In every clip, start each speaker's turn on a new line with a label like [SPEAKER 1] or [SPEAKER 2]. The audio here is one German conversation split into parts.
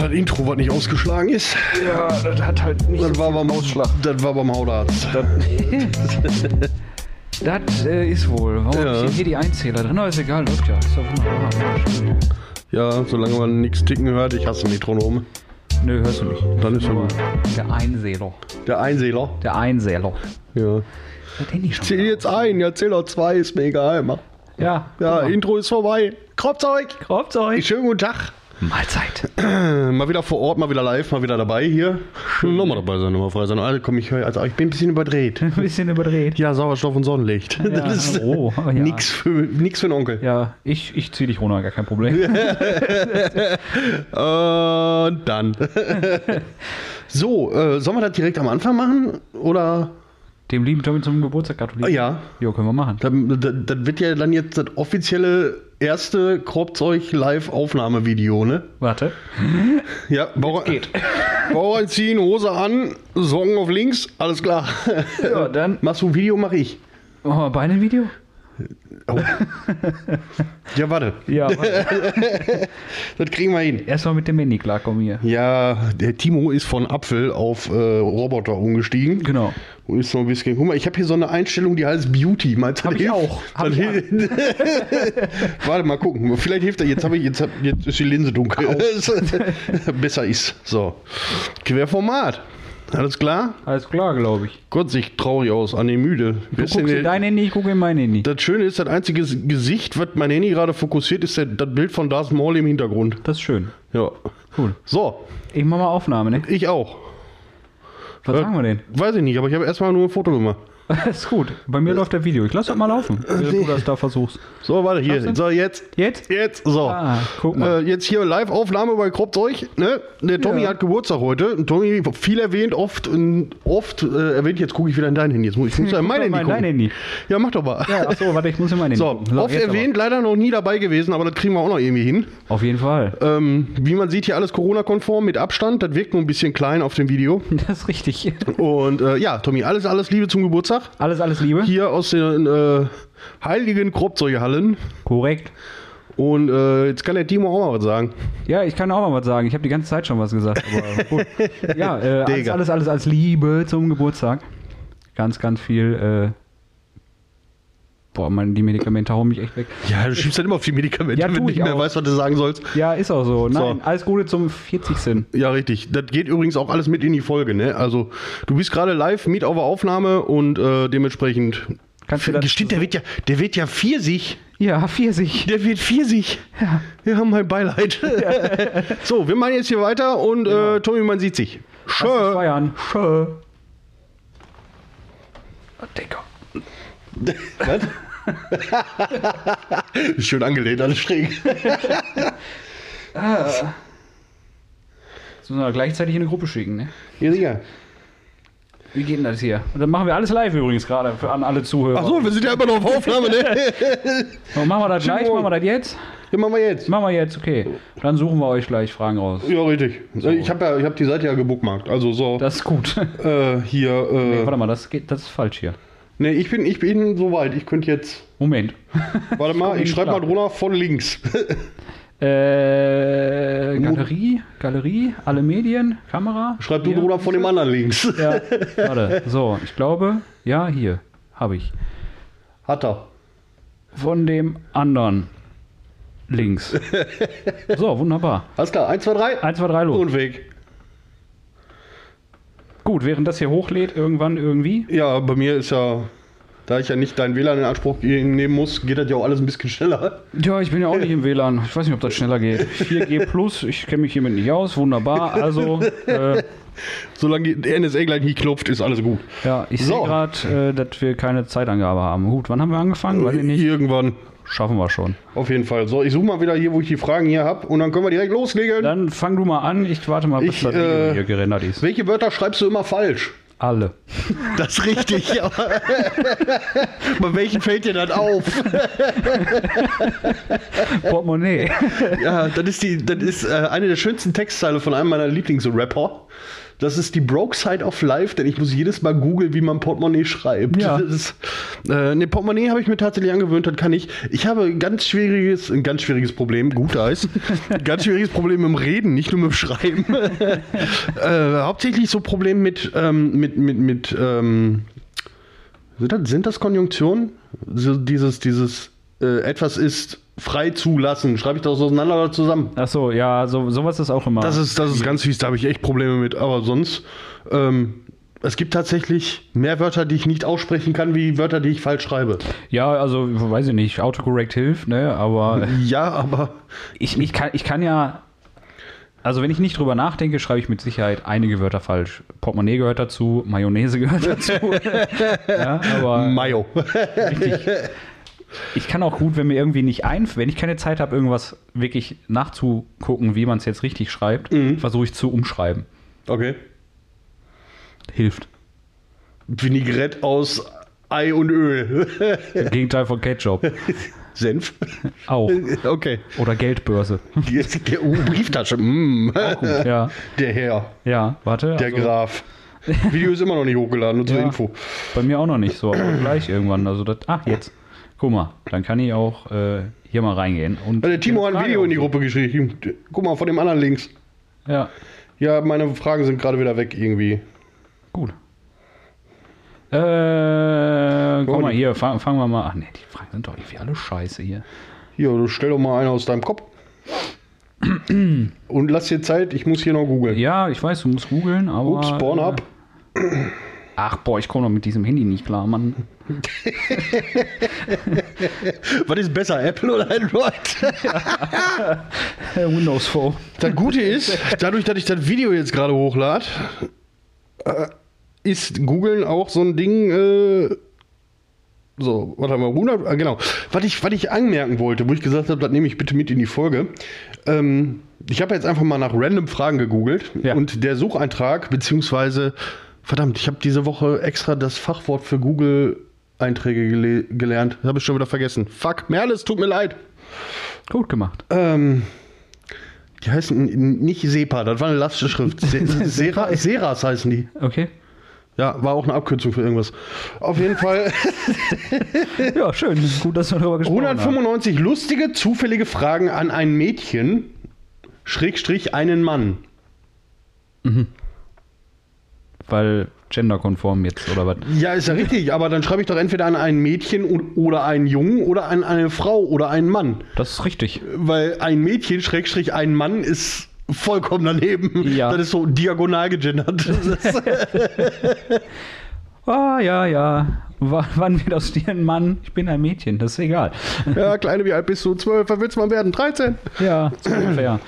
[SPEAKER 1] das Intro, was nicht ausgeschlagen ist.
[SPEAKER 2] Ja, das hat halt nicht.
[SPEAKER 1] Das war beim
[SPEAKER 2] Ausschlag.
[SPEAKER 1] Das war beim Hautarzt.
[SPEAKER 2] Das, das äh, ist wohl. Warum
[SPEAKER 1] Ja.
[SPEAKER 2] ja. sind hier die Einzähler drin? Aber ist egal, läuft ja. Ist doch wunderbar.
[SPEAKER 1] Ja, solange man nichts ticken hört, ich hasse Metronome.
[SPEAKER 2] Nö, hörst du nicht.
[SPEAKER 1] Dann ist schon
[SPEAKER 2] Aber
[SPEAKER 1] gut.
[SPEAKER 2] Der Einsäler.
[SPEAKER 1] Der Einseeler.
[SPEAKER 2] Der Einsäler.
[SPEAKER 1] Ja.
[SPEAKER 2] Was denn die schon?
[SPEAKER 1] Zähl jetzt ein, ja, zähl auch zwei, ist mir egal. Mann.
[SPEAKER 2] Ja.
[SPEAKER 1] Ja, Intro ist vorbei. Kropfzeug!
[SPEAKER 2] Kauft euch.
[SPEAKER 1] Schönen guten Tag.
[SPEAKER 2] Mahlzeit.
[SPEAKER 1] Äh, Mal wieder vor Ort, mal wieder live, mal wieder dabei hier. Nochmal dabei sein, nochmal frei sein. Also komm, ich höre, also ich bin ein bisschen überdreht.
[SPEAKER 2] Ein bisschen überdreht.
[SPEAKER 1] Ja, Sauerstoff und Sonnenlicht. das ist
[SPEAKER 2] oh, ja.
[SPEAKER 1] nix, für, nix für den Onkel.
[SPEAKER 2] Ja, ich, ich zieh dich runter, gar kein Problem.
[SPEAKER 1] Und dann. so, äh, sollen wir das direkt am Anfang machen? Oder?
[SPEAKER 2] Dem lieben Tommy zum Geburtstag
[SPEAKER 1] Ah,
[SPEAKER 2] gratulieren.
[SPEAKER 1] Ja,
[SPEAKER 2] Jo, können wir machen.
[SPEAKER 1] das, das, das wird ja dann jetzt das offizielle erste Korbzeug-Live-Aufnahmevideo, ne?
[SPEAKER 2] Warte.
[SPEAKER 1] Ja, Bauer,
[SPEAKER 2] geht.
[SPEAKER 1] Bauer ziehen, Hose an, Socken auf links, alles klar.
[SPEAKER 2] Ja, dann
[SPEAKER 1] Machst du ein Video, mach ich.
[SPEAKER 2] machen wir beide ein Video?
[SPEAKER 1] Oh. ja, warte,
[SPEAKER 2] Ja, warte.
[SPEAKER 1] das kriegen wir hin.
[SPEAKER 2] Erstmal mit dem Mandy klarkommen hier.
[SPEAKER 1] Ja, der Timo ist von Apfel auf äh, Roboter umgestiegen.
[SPEAKER 2] Genau.
[SPEAKER 1] Und ist so ein bisschen. Guck mal, ich habe hier so eine Einstellung, die heißt Beauty. Meinst du,
[SPEAKER 2] Hab
[SPEAKER 1] das
[SPEAKER 2] ich
[SPEAKER 1] hilft?
[SPEAKER 2] auch. Hab
[SPEAKER 1] Das
[SPEAKER 2] ich
[SPEAKER 1] hilft- Warte mal gucken. Vielleicht hilft er. Jetzt, hab ich, jetzt, hab, jetzt ist die Linse dunkel. Besser ist. So. Querformat. Alles klar?
[SPEAKER 2] Alles klar, glaube ich.
[SPEAKER 1] Gott, sieht traurig aus. Ah, nee, müde.
[SPEAKER 2] Du
[SPEAKER 1] Bisschen-
[SPEAKER 2] guckst in dein Handy, ich gucke in mein Handy.
[SPEAKER 1] das Schöne ist, das einzige Gesicht, was mein Handy gerade fokussiert, ist der- das Bild von Darth Maul im Hintergrund.
[SPEAKER 2] Das ist schön.
[SPEAKER 1] Ja.
[SPEAKER 2] Cool.
[SPEAKER 1] So,
[SPEAKER 2] Ich mache mal Aufnahme, ne?
[SPEAKER 1] ich auch.
[SPEAKER 2] Was
[SPEAKER 1] Äh,
[SPEAKER 2] sagen wir denn?
[SPEAKER 1] Weiß ich nicht, aber ich habe erstmal nur ein Foto gemacht.
[SPEAKER 2] ist gut. Bei
[SPEAKER 1] Äh,
[SPEAKER 2] mir läuft der Video. Ich lasse das mal laufen, während du das da versuchst.
[SPEAKER 1] So, warte, hier. So, jetzt.
[SPEAKER 2] Jetzt?
[SPEAKER 1] Jetzt, so.
[SPEAKER 2] Ah, guck mal.
[SPEAKER 1] Äh, jetzt hier Live-Aufnahme bei Kropzeug. Ne? Der Tommy
[SPEAKER 2] Ja.
[SPEAKER 1] hat Geburtstag heute. Und Tommy, viel erwähnt, oft, und oft äh, erwähnt. Jetzt gucke ich wieder in dein Handy. Jetzt muss ich, ich muss ja in Äh, mein Handy
[SPEAKER 2] Guck
[SPEAKER 1] gucken.
[SPEAKER 2] mal in dein Handy.
[SPEAKER 1] Ja, mach doch mal.
[SPEAKER 2] Ja, achso, warte, ich muss in mein Handy.
[SPEAKER 1] So,
[SPEAKER 2] gucken.
[SPEAKER 1] oft
[SPEAKER 2] jetzt
[SPEAKER 1] erwähnt, leider noch nie dabei gewesen, aber das kriegen wir auch noch irgendwie hin.
[SPEAKER 2] Aber. Auf jeden Fall.
[SPEAKER 1] Ähm, wie man sieht, hier alles Corona-konform mit Abstand. Das wirkt nur ein bisschen klein auf dem Video.
[SPEAKER 2] Das ist richtig.
[SPEAKER 1] Und äh, ja, Tommy, alles, alles Liebe zum Geburtstag.
[SPEAKER 2] Alles, alles Liebe.
[SPEAKER 1] Hier aus den äh, heiligen Kropzeugehallen.
[SPEAKER 2] Korrekt.
[SPEAKER 1] Und äh, jetzt kann der Timo auch mal was sagen.
[SPEAKER 2] Ja, ich kann auch mal was sagen. Ich habe die ganze Zeit schon was gesagt. Aber gut. Ja, äh, alles,
[SPEAKER 1] Digga.
[SPEAKER 2] alles, alles als Liebe zum Geburtstag. Ganz, ganz viel. Äh, boah, man, die Medikamente hauen mich echt weg.
[SPEAKER 1] Ja, du schiebst halt immer viel Medikamente,
[SPEAKER 2] Ja,
[SPEAKER 1] wenn
[SPEAKER 2] tu
[SPEAKER 1] du nicht
[SPEAKER 2] ich
[SPEAKER 1] mehr
[SPEAKER 2] auch.
[SPEAKER 1] weißt, was du sagen sollst.
[SPEAKER 2] Ja, ist auch so. Nein,
[SPEAKER 1] So.
[SPEAKER 2] alles Gute zum 40.
[SPEAKER 1] Ja, richtig. Das geht übrigens auch alles mit in die Folge, ne? Also, du bist gerade live mit auf der Aufnahme und äh, dementsprechend.
[SPEAKER 2] Kannst du das-
[SPEAKER 1] Stimmt, der wird ja, der wird ja 40.
[SPEAKER 2] Ja, 40.
[SPEAKER 1] Der wird 40.
[SPEAKER 2] Ja.
[SPEAKER 1] Wir haben mein Beileid. so, wir machen jetzt hier weiter und äh, Tommy, man sieht sich.
[SPEAKER 2] Lass uns
[SPEAKER 1] Schön.
[SPEAKER 2] feiern. Schö. Oh, Digga.
[SPEAKER 1] Schön angelehnt, alles schräg.
[SPEAKER 2] Das Äh. müssen wir gleichzeitig in eine Gruppe schicken, ne?
[SPEAKER 1] Ja, sicher.
[SPEAKER 2] Wie geht denn das hier? Und dann machen wir alles live übrigens gerade für- an alle Zuhörer.
[SPEAKER 1] Achso, wir sind ja immer noch auf Aufnahme, ne?
[SPEAKER 2] So, machen wir das gleich?
[SPEAKER 1] Morgen.
[SPEAKER 2] Machen wir das jetzt?
[SPEAKER 1] Ja, machen wir jetzt.
[SPEAKER 2] Machen wir jetzt, okay. Dann suchen wir euch gleich Fragen raus.
[SPEAKER 1] Ja, richtig. Ich habe ja, ich hab die Seite ja gebookmarkt. Also, so.
[SPEAKER 2] Das ist gut.
[SPEAKER 1] äh, hier. Äh,
[SPEAKER 2] Warte mal, das, geht, das ist falsch hier.
[SPEAKER 1] Nee, ich bin, ich bin soweit. Ich könnte jetzt.
[SPEAKER 2] Moment.
[SPEAKER 1] Warte mal, ich
[SPEAKER 2] nicht
[SPEAKER 1] schreibe mal
[SPEAKER 2] klar.
[SPEAKER 1] drunter von links.
[SPEAKER 2] Äh, Galerie, Galerie, alle Medien, Kamera.
[SPEAKER 1] Schreib du
[SPEAKER 2] Hier.
[SPEAKER 1] drunter von dem anderen links.
[SPEAKER 2] Ja, warte. So, ich glaube, ja, hier habe ich.
[SPEAKER 1] Hat er.
[SPEAKER 2] Von dem anderen links. So, wunderbar.
[SPEAKER 1] Alles klar, 1, 2, 3.
[SPEAKER 2] 1, 2, 3, los.
[SPEAKER 1] Und weg.
[SPEAKER 2] Gut, während das hier hochlädt, irgendwann irgendwie.
[SPEAKER 1] Ja, bei mir ist ja. Da ich ja nicht dein WLAN in Anspruch nehmen muss, geht das ja auch alles ein bisschen schneller.
[SPEAKER 2] Ja, ich bin ja auch nicht im WLAN. Ich weiß nicht, ob das schneller geht. 4G Plus, ich kenne mich hiermit nicht aus. Wunderbar. Also, äh,
[SPEAKER 1] Solange die NSA gleich nicht klopft, ist alles gut.
[SPEAKER 2] ja, ich
[SPEAKER 1] So.
[SPEAKER 2] sehe gerade, äh, dass wir keine Zeitangabe haben. Gut, wann haben wir angefangen? Weiß ich nicht.
[SPEAKER 1] Irgendwann.
[SPEAKER 2] Schaffen wir schon.
[SPEAKER 1] Auf jeden Fall. So, ich suche mal wieder hier, wo ich die Fragen hier habe. Und dann können wir direkt loslegen.
[SPEAKER 2] Dann fang du mal an. Ich warte mal, bis
[SPEAKER 1] Ich,
[SPEAKER 2] das Video
[SPEAKER 1] äh,
[SPEAKER 2] hier gerendert ist.
[SPEAKER 1] Welche Wörter schreibst du immer falsch?
[SPEAKER 2] Alle.
[SPEAKER 1] Das ist richtig. aber- Bei welchen fällt dir dann auf?
[SPEAKER 2] Portemonnaie.
[SPEAKER 1] Ja, das ist, die, das ist äh, eine der schönsten Textzeile von einem meiner Lieblingsrapper. Das ist die Broke Side of Life, denn ich muss jedes Mal googeln, wie man Portemonnaie schreibt.
[SPEAKER 2] Ja.
[SPEAKER 1] Das ist, äh, ne, Portemonnaie habe ich mir tatsächlich angewöhnt, das kann ich. Ich habe ein ganz schwieriges, ein ganz schwieriges Problem, gut Eis, ein ganz schwieriges Problem im Reden, nicht nur mit dem Schreiben. äh, hauptsächlich so Problem mit, ähm, mit, mit, mit, ähm, sind das, sind das Konjunktionen? So dieses, dieses, äh, etwas ist frei zulassen. Schreibe ich das auseinander oder zusammen?
[SPEAKER 2] Achso, ja, so, sowas ist auch immer.
[SPEAKER 1] Das ist, das ist ganz fies, da habe ich echt Probleme mit. Aber sonst, ähm, es gibt tatsächlich mehr Wörter, die ich nicht aussprechen kann, wie Wörter, die ich falsch schreibe.
[SPEAKER 2] ja, also, weiß ich nicht, Autocorrect hilft, ne, aber
[SPEAKER 1] Ja, aber
[SPEAKER 2] ich, ich, kann, ich kann ja. Also, wenn ich nicht drüber nachdenke, schreibe ich mit Sicherheit einige Wörter falsch. Portemonnaie gehört dazu, Mayonnaise gehört dazu. ja, aber
[SPEAKER 1] Mayo.
[SPEAKER 2] richtig. Ich kann auch gut, wenn mir irgendwie nicht einfällt, wenn ich keine Zeit habe, irgendwas wirklich nachzugucken, wie man es jetzt richtig schreibt, versuche ich zu umschreiben.
[SPEAKER 1] Okay.
[SPEAKER 2] Hilft.
[SPEAKER 1] Vinaigrette aus Ei und Öl.
[SPEAKER 2] Gegenteil von Ketchup.
[SPEAKER 1] Senf.
[SPEAKER 2] Auch.
[SPEAKER 1] Okay.
[SPEAKER 2] Oder Geldbörse.
[SPEAKER 1] Jetzt- Oh, Brieftasche. Mm.
[SPEAKER 2] Gut, ja.
[SPEAKER 1] Der Herr,
[SPEAKER 2] Ja, warte.
[SPEAKER 1] der
[SPEAKER 2] also,
[SPEAKER 1] Graf. Video ist immer noch nicht hochgeladen, nur zur
[SPEAKER 2] Ja.
[SPEAKER 1] Info.
[SPEAKER 2] bei mir auch noch nicht so, aber gleich irgendwann. Also das, ach, jetzt. Guck mal, dann kann ich auch äh, hier mal reingehen. Und
[SPEAKER 1] Der Also Timo hat ein Video in die Gruppe geschrieben. Guck mal, von dem anderen links.
[SPEAKER 2] Ja,
[SPEAKER 1] Ja, meine Fragen sind gerade wieder weg irgendwie.
[SPEAKER 2] gut. Äh, guck
[SPEAKER 1] Oh,
[SPEAKER 2] mal
[SPEAKER 1] die-
[SPEAKER 2] hier, fa- fangen wir mal an. Nee, die Fragen sind doch irgendwie alle scheiße hier.
[SPEAKER 1] Hier, du stell doch mal einen aus deinem Kopf. Und lass dir Zeit, ich muss hier noch googeln.
[SPEAKER 2] Ja, ich weiß, du musst googeln, aber. äh,
[SPEAKER 1] Ups, Pornhub.
[SPEAKER 2] Ach, boah, ich komme noch mit diesem Handy nicht klar, Mann.
[SPEAKER 1] Was ist besser, Apple oder Android?
[SPEAKER 2] Äh, Windows Phone.
[SPEAKER 1] Das Gute ist, dadurch, dass ich das Video jetzt gerade hochlade, äh, ist googeln auch so ein Ding. Äh, so, warte mal, 100, ah, genau. Was ich, was ich anmerken wollte, wo ich gesagt habe, das nehme ich bitte mit in die Folge. Ähm, ich habe jetzt einfach mal nach random Fragen gegoogelt
[SPEAKER 2] Ja.
[SPEAKER 1] und der Sucheintrag, beziehungsweise, verdammt, ich habe diese Woche extra das Fachwort für Google-Einträge gele gelernt. Das habe ich schon wieder vergessen. Fuck, Merles, tut mir leid.
[SPEAKER 2] Gut gemacht.
[SPEAKER 1] Ähm, die heißen nicht Sepa, das war eine lastische Schrift. Se Sera, Seras heißen die.
[SPEAKER 2] Okay.
[SPEAKER 1] Ja, war auch eine Abkürzung für irgendwas. Auf jeden Fall
[SPEAKER 2] Ja, schön. Gut, dass wir darüber gesprochen haben.
[SPEAKER 1] 195 lustige, zufällige Fragen an ein Mädchen, Schrägstrich einen Mann.
[SPEAKER 2] Weil genderkonform jetzt, oder was?
[SPEAKER 1] Ja, ist ja richtig, aber dann schreibe ich doch entweder an ein Mädchen und- oder einen Jungen oder an eine Frau oder einen Mann.
[SPEAKER 2] Das ist richtig.
[SPEAKER 1] Weil ein Mädchen, Schrägstrich ein Mann, ist vollkommen daneben.
[SPEAKER 2] Ja.
[SPEAKER 1] Das ist so diagonal gegendert.
[SPEAKER 2] Ah, ja, ja. W wann wird aus dir ein Mann? Ich bin ein Mädchen, das ist egal.
[SPEAKER 1] ja, Kleine, wie alt bist du? 12, was willst du mal werden? 13?
[SPEAKER 2] Ja, so ungefähr.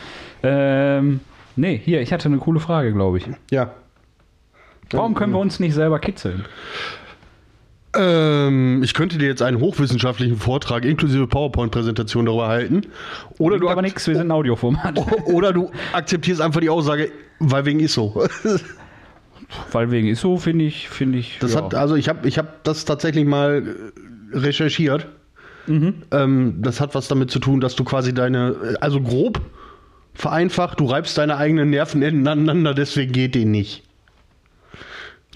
[SPEAKER 2] ähm, nee, hier, ich hatte eine coole Frage, glaube ich.
[SPEAKER 1] Ja.
[SPEAKER 2] Warum können wir uns nicht selber kitzeln?
[SPEAKER 1] Ähm, ich könnte dir jetzt einen hochwissenschaftlichen Vortrag inklusive PowerPoint-Präsentation darüber halten. Oder
[SPEAKER 2] Bringt
[SPEAKER 1] du,
[SPEAKER 2] aber
[SPEAKER 1] ak-
[SPEAKER 2] nichts, wir sind ein
[SPEAKER 1] Oh.
[SPEAKER 2] Audioformat.
[SPEAKER 1] oder du akzeptierst einfach die Aussage, weil wegen ist so.
[SPEAKER 2] Weil wegen ist so, finde ich, finde ich.
[SPEAKER 1] Das
[SPEAKER 2] ja.
[SPEAKER 1] hat, also ich habe ich hab das tatsächlich mal äh, recherchiert.
[SPEAKER 2] Mhm.
[SPEAKER 1] Ähm, das hat was damit zu tun, dass du quasi deine, also grob vereinfacht, du reibst deine eigenen Nerven ineinander, deswegen geht die nicht.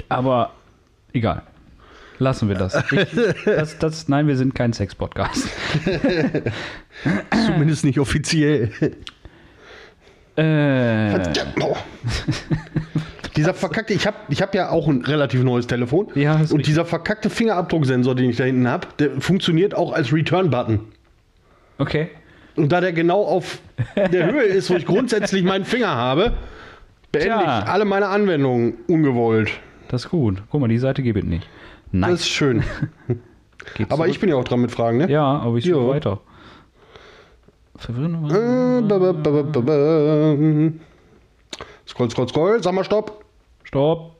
[SPEAKER 2] aber egal. Lassen wir das. Ich, das, das nein, wir sind kein Sex-Podcast.
[SPEAKER 1] Zumindest nicht offiziell.
[SPEAKER 2] Äh,
[SPEAKER 1] Oh. dieser verkackte, ich habe ich hab ja auch ein relativ neues Telefon.
[SPEAKER 2] Ja, ist
[SPEAKER 1] und
[SPEAKER 2] richtig.
[SPEAKER 1] dieser verkackte Fingerabdrucksensor, den ich da hinten habe, der funktioniert auch als Return-Button.
[SPEAKER 2] okay.
[SPEAKER 1] Und da der genau auf der Höhe ist, wo ich grundsätzlich meinen Finger habe, beende
[SPEAKER 2] Tja.
[SPEAKER 1] ich alle meine Anwendungen ungewollt.
[SPEAKER 2] Das ist gut. Guck mal, die Seite gibt es nicht.
[SPEAKER 1] Das
[SPEAKER 2] Nein.
[SPEAKER 1] ist schön. Aber ich bin ja auch dran mit Fragen, ne?
[SPEAKER 2] Ja, aber ich suche
[SPEAKER 1] Jo.
[SPEAKER 2] weiter. Verwirrend.
[SPEAKER 1] Äh, ba, ba, ba, ba, ba. Scroll, scroll, scroll. Sag mal, stopp.
[SPEAKER 2] Stopp.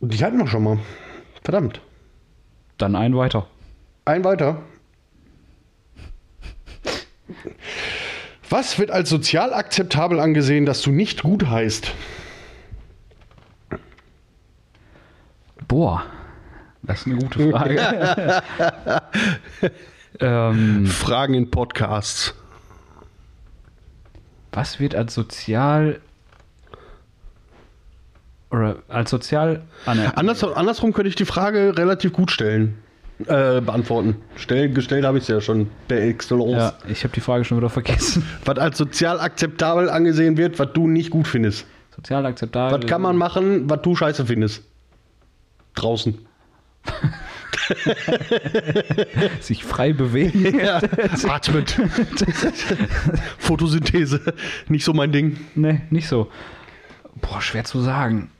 [SPEAKER 1] Die hatten wir schon mal. Verdammt.
[SPEAKER 2] Dann ein weiter.
[SPEAKER 1] Ein weiter. Was wird als sozial akzeptabel angesehen, dass du nicht gut heißt?
[SPEAKER 2] Boah, das ist eine gute Frage. ähm,
[SPEAKER 1] Fragen in Podcasts.
[SPEAKER 2] was wird als sozial oder als sozial anerkannt?
[SPEAKER 1] Anders, andersrum könnte ich die Frage relativ gut stellen. Äh, beantworten. Stell, gestellt habe ich es ja schon. Der x
[SPEAKER 2] Ja, ich habe die Frage schon wieder vergessen.
[SPEAKER 1] Was als sozial akzeptabel angesehen wird, was du nicht gut findest.
[SPEAKER 2] Sozial akzeptabel.
[SPEAKER 1] Was kann man machen, was du scheiße findest? Draußen.
[SPEAKER 2] sich frei bewegen?
[SPEAKER 1] Ja. Atmet. Photosynthese. Nicht so mein Ding.
[SPEAKER 2] nee, nicht so. Boah, schwer zu sagen.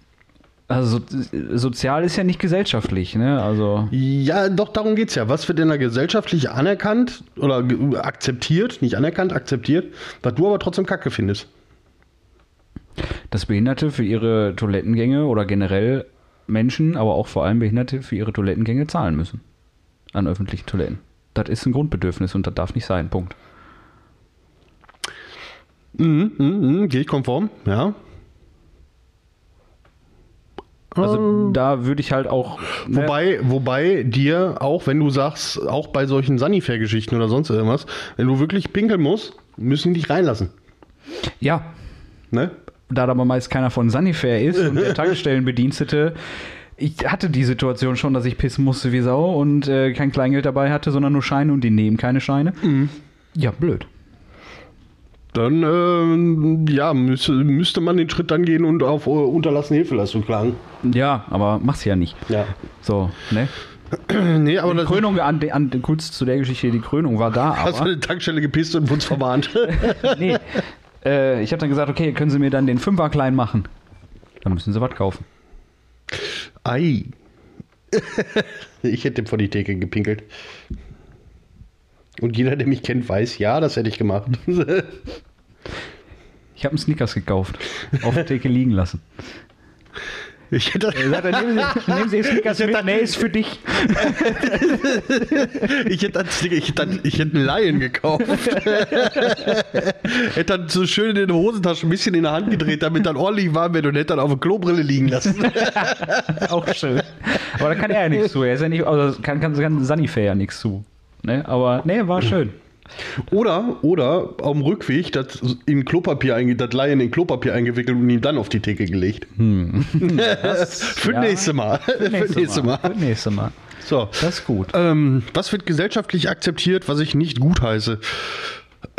[SPEAKER 2] Also so, sozial ist ja nicht gesellschaftlich, ne? Also
[SPEAKER 1] Ja, doch, darum geht es ja. Was wird in der gesellschaftlich anerkannt oder ge- akzeptiert, nicht anerkannt, akzeptiert, was du aber trotzdem kacke findest?
[SPEAKER 2] das Behinderte für ihre Toilettengänge oder generell Menschen, aber auch vor allem Behinderte für ihre Toilettengänge zahlen müssen an öffentlichen Toiletten. Das ist ein Grundbedürfnis und das darf nicht sein. Punkt.
[SPEAKER 1] Mhm, mhm, mhm, gehe ich konform, ja.
[SPEAKER 2] Also da würde ich halt auch. ne,
[SPEAKER 1] Wobei, wobei dir, auch wenn du sagst, auch bei solchen Sanifair-Geschichten oder sonst irgendwas, wenn du wirklich pinkeln musst, müssen die dich reinlassen.
[SPEAKER 2] ja,
[SPEAKER 1] Ne?
[SPEAKER 2] da da aber meist keiner von Sanifair ist und der Tankstellenbedienstete. Ich hatte die Situation schon, dass ich pissen musste wie Sau und äh, kein Kleingeld dabei hatte, sondern nur Scheine und die nehmen keine Scheine. Ja, blöd.
[SPEAKER 1] Dann ähm, ja, müsste, müsste man den Schritt dann gehen und auf äh, unterlassene Hilfeleistung klagen.
[SPEAKER 2] Ja, aber mach's ja nicht.
[SPEAKER 1] Ja.
[SPEAKER 2] So, ne?
[SPEAKER 1] Äh, nee, aber das,
[SPEAKER 2] Krönung an, an kurz zu der Geschichte, die Krönung war da,
[SPEAKER 1] hast du an
[SPEAKER 2] aber
[SPEAKER 1] der Tankstelle gepisst und wurdest verwarnt.
[SPEAKER 2] nee. Äh, ich habe dann gesagt, okay, können Sie mir dann den Fünfer klein machen? Dann müssen Sie was kaufen.
[SPEAKER 1] Ei. ich hätte dem vor die Theke gepinkelt. Und jeder, der mich kennt, weiß, ja, das hätte ich gemacht.
[SPEAKER 2] Ich habe einen Snickers gekauft, auf der Theke liegen lassen.
[SPEAKER 1] ich hätte,
[SPEAKER 2] Er sagt, dann nehmen Sie, nehmen Sie den Snickers mit, nee, ist für dich.
[SPEAKER 1] ich hätte, dann- ich hätte, dann- ich hätte einen Laien gekauft. hätte dann so schön in der Hosentasche ein bisschen in der Hand gedreht, damit dann ordentlich warm wird und hätte dann auf der Klobrille liegen lassen.
[SPEAKER 2] Auch schön. Aber da kann er ja nichts zu. Er ist ja nicht, also kann, kann, kann Sunnyfair ja nichts zu. Ne? Aber nee, war schön.
[SPEAKER 1] Oder, oder auf dem Rückweg das, in Klopapier einge- das Laien in Klopapier eingewickelt und ihm dann auf die Theke gelegt. Für
[SPEAKER 2] ja.
[SPEAKER 1] das nächste Mal. Für das nächste Mal.
[SPEAKER 2] Für nächste Mal.
[SPEAKER 1] So.
[SPEAKER 2] Das ist gut.
[SPEAKER 1] Ähm, was wird gesellschaftlich akzeptiert, was ich nicht gut heiße?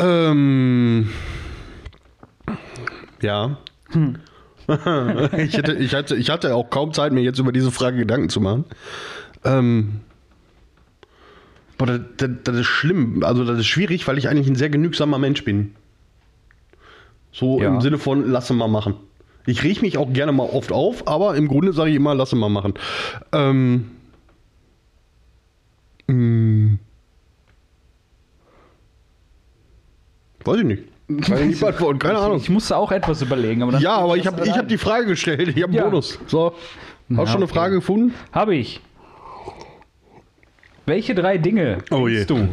[SPEAKER 1] Ähm, ja. ich, hätte, ich, hatte, ich hatte auch kaum Zeit, mir jetzt über diese Frage Gedanken zu machen. Ähm, boah, das, das, das ist schlimm. Also, das ist schwierig, weil ich eigentlich ein sehr genügsamer Mensch bin. So
[SPEAKER 2] Ja.
[SPEAKER 1] im Sinne von, lasse mal machen. Ich rieche mich auch gerne mal oft auf, aber im Grunde sage ich immer, lasse mal machen. Ähm, Weiß ich nicht. Kann ich nicht beantworten, keine Ahnung.
[SPEAKER 2] Ich musste auch etwas überlegen. Aber dann-
[SPEAKER 1] Ja, aber ich habe ich hab die Frage gestellt. Ich habe einen
[SPEAKER 2] Ja.
[SPEAKER 1] Bonus. So. Hast du schon eine
[SPEAKER 2] okay.
[SPEAKER 1] Frage gefunden?
[SPEAKER 2] Habe ich. Welche drei Dinge
[SPEAKER 1] Oh je.
[SPEAKER 2] denkst du,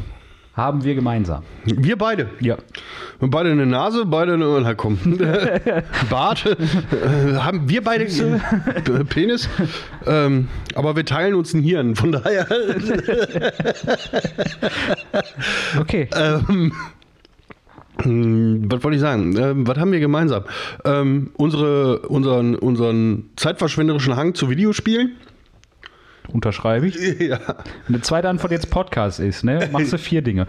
[SPEAKER 2] haben wir gemeinsam?
[SPEAKER 1] Wir beide.
[SPEAKER 2] Ja.
[SPEAKER 1] Und beide eine Nase, beide eine. Na komm. Bart. Äh, haben wir beide. P- Penis. Ähm, aber wir teilen uns ein Hirn. Von daher.
[SPEAKER 2] Okay.
[SPEAKER 1] Äh, Hm, was wollte ich sagen? Ähm, was haben wir gemeinsam? Ähm, unsere, unseren, unseren zeitverschwenderischen Hang zu Videospielen.
[SPEAKER 2] Unterschreibe ich.
[SPEAKER 1] ja.
[SPEAKER 2] Eine zweite Antwort jetzt Podcast ist, ne? Machst du vier Dinge.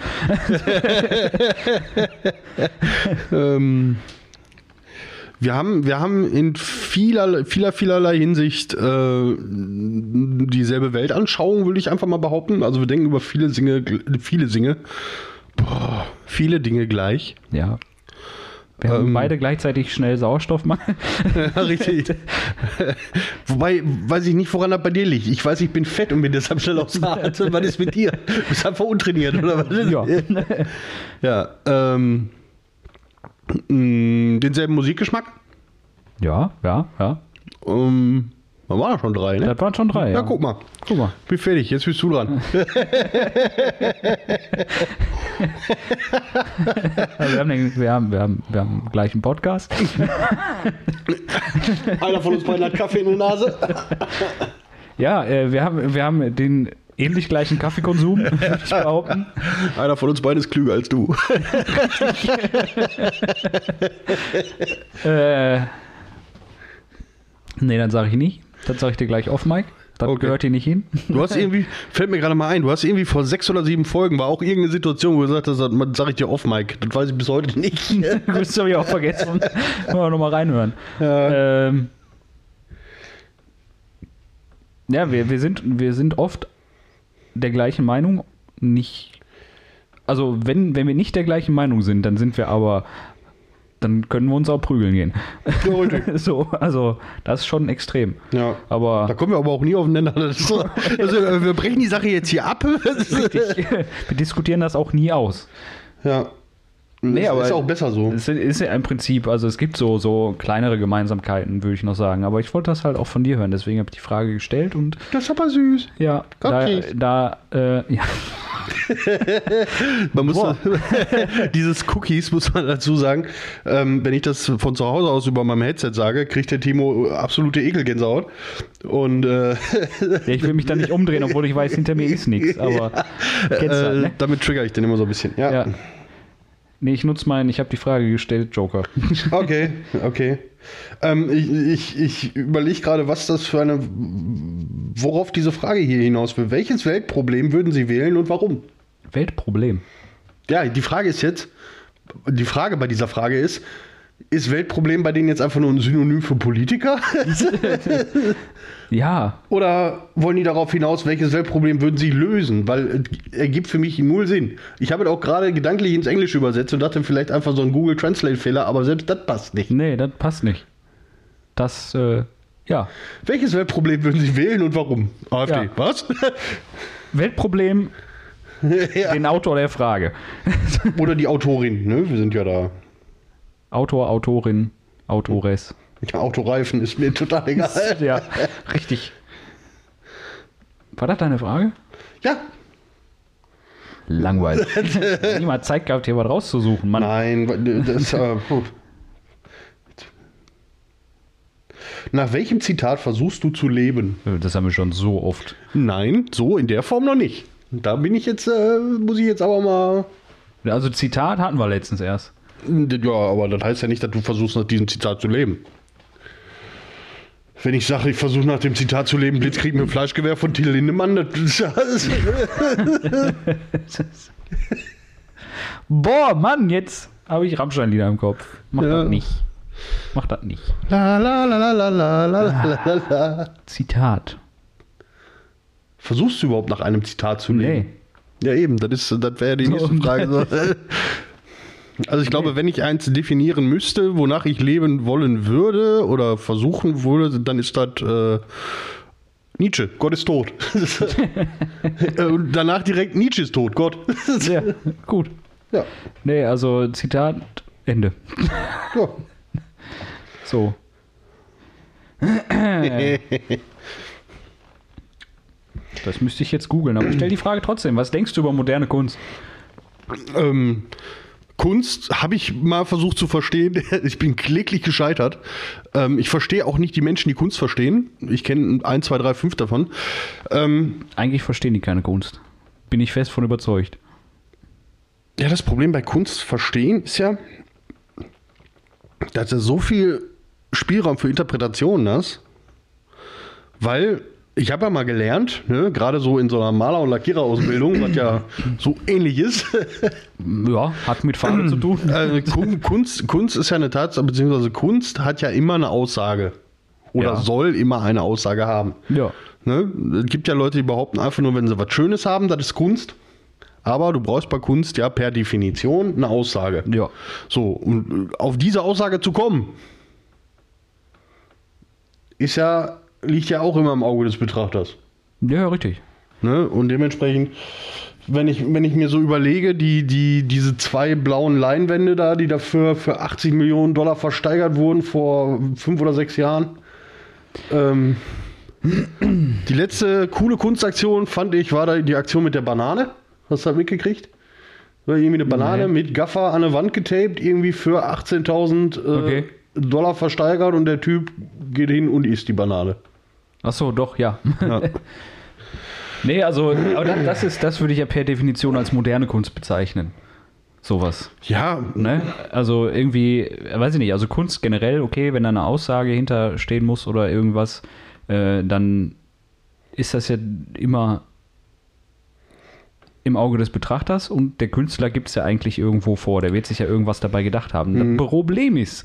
[SPEAKER 1] Ähm, wir haben, wir haben in vieler, vieler, vielerlei Hinsicht äh, dieselbe Weltanschauung, würde ich einfach mal behaupten. Also wir denken über viele Dinge, viele Dinge, boah, viele Dinge gleich.
[SPEAKER 2] Ja. Wir
[SPEAKER 1] Ähm.
[SPEAKER 2] haben beide gleichzeitig schnell Sauerstoffmangel.
[SPEAKER 1] Ja, richtig. Wobei, weiß ich nicht, woran das bei dir liegt. Ich weiß, ich bin fett und bin deshalb schnell aufs Rad. was ist mit dir? Du bist einfach untrainiert, oder was?
[SPEAKER 2] Ja.
[SPEAKER 1] ja ähm, mh, denselben Musikgeschmack.
[SPEAKER 2] Ja, ja, ja.
[SPEAKER 1] Ähm, da waren ja schon drei, ne?
[SPEAKER 2] Das waren schon drei.
[SPEAKER 1] Ja, guck mal.
[SPEAKER 2] Guck mal.
[SPEAKER 1] Bin fertig, jetzt bist du dran.
[SPEAKER 2] Also wir, haben den, wir, haben, wir, haben, wir haben gleich einen Podcast.
[SPEAKER 1] Einer von uns beiden hat Kaffee in der Nase.
[SPEAKER 2] Ja, äh, wir, haben, wir haben den ähnlich gleichen Kaffeekonsum, würde ich behaupten.
[SPEAKER 1] Einer von uns beiden ist klüger als du.
[SPEAKER 2] Äh, nee, dann sage ich nicht. Dann sage ich dir gleich off, Mike. Das
[SPEAKER 1] Okay.
[SPEAKER 2] gehört hier nicht hin.
[SPEAKER 1] Du hast irgendwie, fällt mir gerade mal ein, du hast irgendwie vor sechs oder sieben Folgen war auch irgendeine Situation, wo du gesagt hast, das sag ich dir off, Mike. Das weiß ich bis heute nicht.
[SPEAKER 2] das habe ich auch vergessen. Können wir nochmal reinhören. Ja, ähm, ja wir, wir, sind, wir sind oft der gleichen Meinung. Nicht. Also, wenn, wenn wir nicht der gleichen Meinung sind, dann sind wir aber. Dann können wir uns auch prügeln gehen. so, also, das ist schon extrem.
[SPEAKER 1] Ja. Da
[SPEAKER 2] Aber
[SPEAKER 1] kommen wir aber auch nie aufeinander. Das ist so, also, äh, wir brechen die Sache jetzt hier ab. Das ist-
[SPEAKER 2] richtig, wir diskutieren das auch nie aus.
[SPEAKER 1] ja.
[SPEAKER 2] Nee,
[SPEAKER 1] das
[SPEAKER 2] aber-
[SPEAKER 1] ist auch besser so.
[SPEAKER 2] Es ist ja im Prinzip, also es gibt so, so kleinere Gemeinsamkeiten, würde ich noch sagen. Aber ich wollte das halt auch von dir hören, deswegen habe ich die Frage gestellt und
[SPEAKER 1] Das ist aber süß.
[SPEAKER 2] ja,
[SPEAKER 1] Cupcakes.
[SPEAKER 2] da, da äh, ja,
[SPEAKER 1] Man muss
[SPEAKER 2] Boah.
[SPEAKER 1] dieses Cookies muss man dazu sagen. Ähm, wenn ich das von zu Hause aus über meinem Headset sage, kriegt der Timo absolute Ekelgänsehaut. Und äh,
[SPEAKER 2] ich will mich da nicht umdrehen, obwohl ich weiß, hinter mir ist nichts, aber kennst du,
[SPEAKER 1] äh,
[SPEAKER 2] ne?
[SPEAKER 1] damit trigger ich den immer so ein bisschen. Ja.
[SPEAKER 2] Ja. Nee, ich nutze meinen, ich habe die Frage gestellt, Joker.
[SPEAKER 1] Okay, okay. Ähm, ich ich, ich überlege gerade, was das für eine, worauf diese Frage hier hinaus will. Welches Weltproblem würden Sie wählen und warum?
[SPEAKER 2] Weltproblem.
[SPEAKER 1] Ja, die Frage ist jetzt, die Frage bei dieser Frage ist, ist Weltproblem bei denen jetzt einfach nur ein Synonym für Politiker?
[SPEAKER 2] Ja,
[SPEAKER 1] Oder wollen die darauf hinaus, welches Weltproblem würden sie lösen? Weil äh, ergibt für mich null Sinn. Ich habe es auch gerade gedanklich ins Englische übersetzt und dachte vielleicht einfach so ein Google Translate-Fehler, aber selbst das passt nicht.
[SPEAKER 2] nee, das passt nicht. Das, äh, ja.
[SPEAKER 1] Welches Weltproblem würden sie wählen und warum? AfD.
[SPEAKER 2] Ja.
[SPEAKER 1] Was?
[SPEAKER 2] Weltproblem,
[SPEAKER 1] ja.
[SPEAKER 2] den Autor der Frage.
[SPEAKER 1] Oder die Autorin, ne? Wir sind ja da.
[SPEAKER 2] Autor, Autorin, Autores.
[SPEAKER 1] Ja, Autoreifen ist mir total egal.
[SPEAKER 2] ja, richtig. War das deine Frage?
[SPEAKER 1] ja.
[SPEAKER 2] Langweilig. Niemand Zeit gehabt, hier was rauszusuchen, Mann.
[SPEAKER 1] Nein, wa- das. Äh, puh. Nach welchem Zitat versuchst du zu leben?
[SPEAKER 2] Das haben wir schon so oft.
[SPEAKER 1] Nein, so in der Form noch nicht. Da bin ich jetzt, äh, muss ich jetzt aber mal.
[SPEAKER 2] Also Zitat hatten wir letztens erst.
[SPEAKER 1] Ja, aber das heißt ja nicht, dass du versuchst, nach diesem Zitat zu leben. Wenn ich sage, ich versuche nach dem Zitat zu leben, Blitzkrieg mit Fleischgewehr von Till Lindemann, das ist das.
[SPEAKER 2] Boah, Mann, jetzt habe ich Rammstein-Lieder im Kopf. Mach
[SPEAKER 1] Ja.
[SPEAKER 2] das nicht. Mach das nicht.
[SPEAKER 1] La, la, la, la, la, la, la, la, la, la.
[SPEAKER 2] Zitat.
[SPEAKER 1] Versuchst du überhaupt nach einem Zitat zu leben?
[SPEAKER 2] Nee.
[SPEAKER 1] Ja, eben, das, ist- das wäre die nächste
[SPEAKER 2] So.
[SPEAKER 1] Frage. So. Also ich glaube, wenn ich eins definieren müsste, wonach ich leben wollen würde oder versuchen würde, dann ist das äh, Nietzsche, Gott ist tot. Äh, Und danach direkt Nietzsche ist tot, Gott.
[SPEAKER 2] Ja, gut.
[SPEAKER 1] ja.
[SPEAKER 2] Nee, also Zitat, Ende.
[SPEAKER 1] ja.
[SPEAKER 2] So. Das müsste ich jetzt googeln, aber ich stell die Frage trotzdem. Was denkst du über moderne Kunst?
[SPEAKER 1] Ähm, Kunst habe ich mal versucht zu verstehen. Ich bin kläglich gescheitert. Ähm, ich verstehe auch nicht die Menschen, die Kunst verstehen. Ich kenne ein, zwei, drei, fünf davon. Ähm,
[SPEAKER 2] Eigentlich verstehen die keine Kunst. Bin ich fest von überzeugt.
[SPEAKER 1] Ja, das Problem bei Kunst verstehen ist ja, dass er so viel Spielraum für Interpretationen hast, weil ich habe ja mal gelernt, ne, gerade so in so einer Maler- und Lackiererausbildung, was ja so ähnlich ist,
[SPEAKER 2] Ja, hat mit Farbe zu tun.
[SPEAKER 1] äh, Kun- Kunst, Kunst ist ja eine Tatsache, beziehungsweise Kunst hat ja immer eine Aussage oder
[SPEAKER 2] Ja.
[SPEAKER 1] soll immer eine Aussage haben.
[SPEAKER 2] Ja.
[SPEAKER 1] Ne? Es gibt ja Leute, die behaupten einfach nur, wenn sie was Schönes haben, das ist Kunst. Aber du brauchst bei Kunst ja per Definition eine Aussage.
[SPEAKER 2] Ja.
[SPEAKER 1] So, um auf diese Aussage zu kommen, ist ja, liegt ja auch immer im Auge des Betrachters.
[SPEAKER 2] Ja, richtig.
[SPEAKER 1] Ne? Und dementsprechend, wenn ich, wenn ich mir so überlege, die, die, diese zwei blauen Leinwände da, die dafür für 80 Millionen Dollar versteigert wurden vor fünf oder sechs Jahren. Ähm, die letzte coole Kunstaktion fand ich, war da die Aktion mit der Banane. Hast du das mitgekriegt? Oder irgendwie eine Banane mit Gaffer an eine Wand getaped, irgendwie für 18.000 äh,
[SPEAKER 2] Okay.
[SPEAKER 1] Dollar versteigert und der Typ geht hin und isst die Banane.
[SPEAKER 2] Ach so, doch, ja.
[SPEAKER 1] Ja.
[SPEAKER 2] Nee, also, aber das, das ist, das würde ich ja per Definition als moderne Kunst bezeichnen. Sowas.
[SPEAKER 1] ja,
[SPEAKER 2] Ne? Also irgendwie, äh, weiß ich nicht, also Kunst generell, okay, wenn da eine Aussage hinterstehen muss oder irgendwas, äh, dann ist das ja immer im Auge des Betrachters und der Künstler gibt es ja eigentlich irgendwo vor. Der wird sich ja irgendwas dabei gedacht haben. Das Problem ist,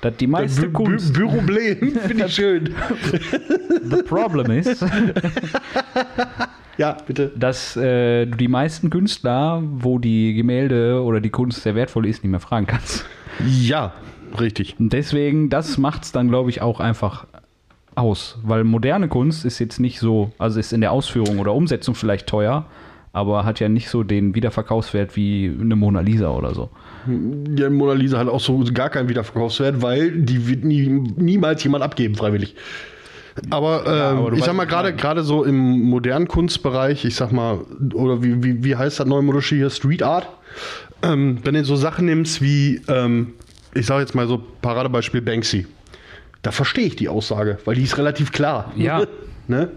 [SPEAKER 2] dass die meiste
[SPEAKER 1] Bü- Bü-
[SPEAKER 2] Kunst.
[SPEAKER 1] Büroblem finde ich schön.
[SPEAKER 2] The problem ist,
[SPEAKER 1] Ja, bitte.
[SPEAKER 2] dass äh, du die meisten Künstler, wo die Gemälde oder die Kunst sehr wertvoll ist, nicht mehr fragen kannst.
[SPEAKER 1] Ja, richtig.
[SPEAKER 2] Und deswegen, das macht es dann, glaube ich, auch einfach aus. Weil moderne Kunst ist jetzt nicht so, also ist in der Ausführung oder Umsetzung vielleicht teuer, aber hat ja nicht so den Wiederverkaufswert wie eine Mona Lisa oder so.
[SPEAKER 1] Ja, Mona Lisa hat auch so gar keinen Wiederverkaufswert, weil die wird nie, niemals jemand abgeben, freiwillig. Aber, ähm,
[SPEAKER 2] aber du
[SPEAKER 1] ich
[SPEAKER 2] weißt,
[SPEAKER 1] sag mal,
[SPEAKER 2] was ich
[SPEAKER 1] gerade
[SPEAKER 2] meine.
[SPEAKER 1] gerade so im modernen Kunstbereich, ich sag mal, oder wie, wie, wie heißt das neue Modische hier? Street Art. Ähm, wenn du so Sachen nimmst wie, ähm, ich sag jetzt mal so Paradebeispiel Banksy, da verstehe ich die Aussage, weil die ist relativ klar.
[SPEAKER 2] Ja.
[SPEAKER 1] ne?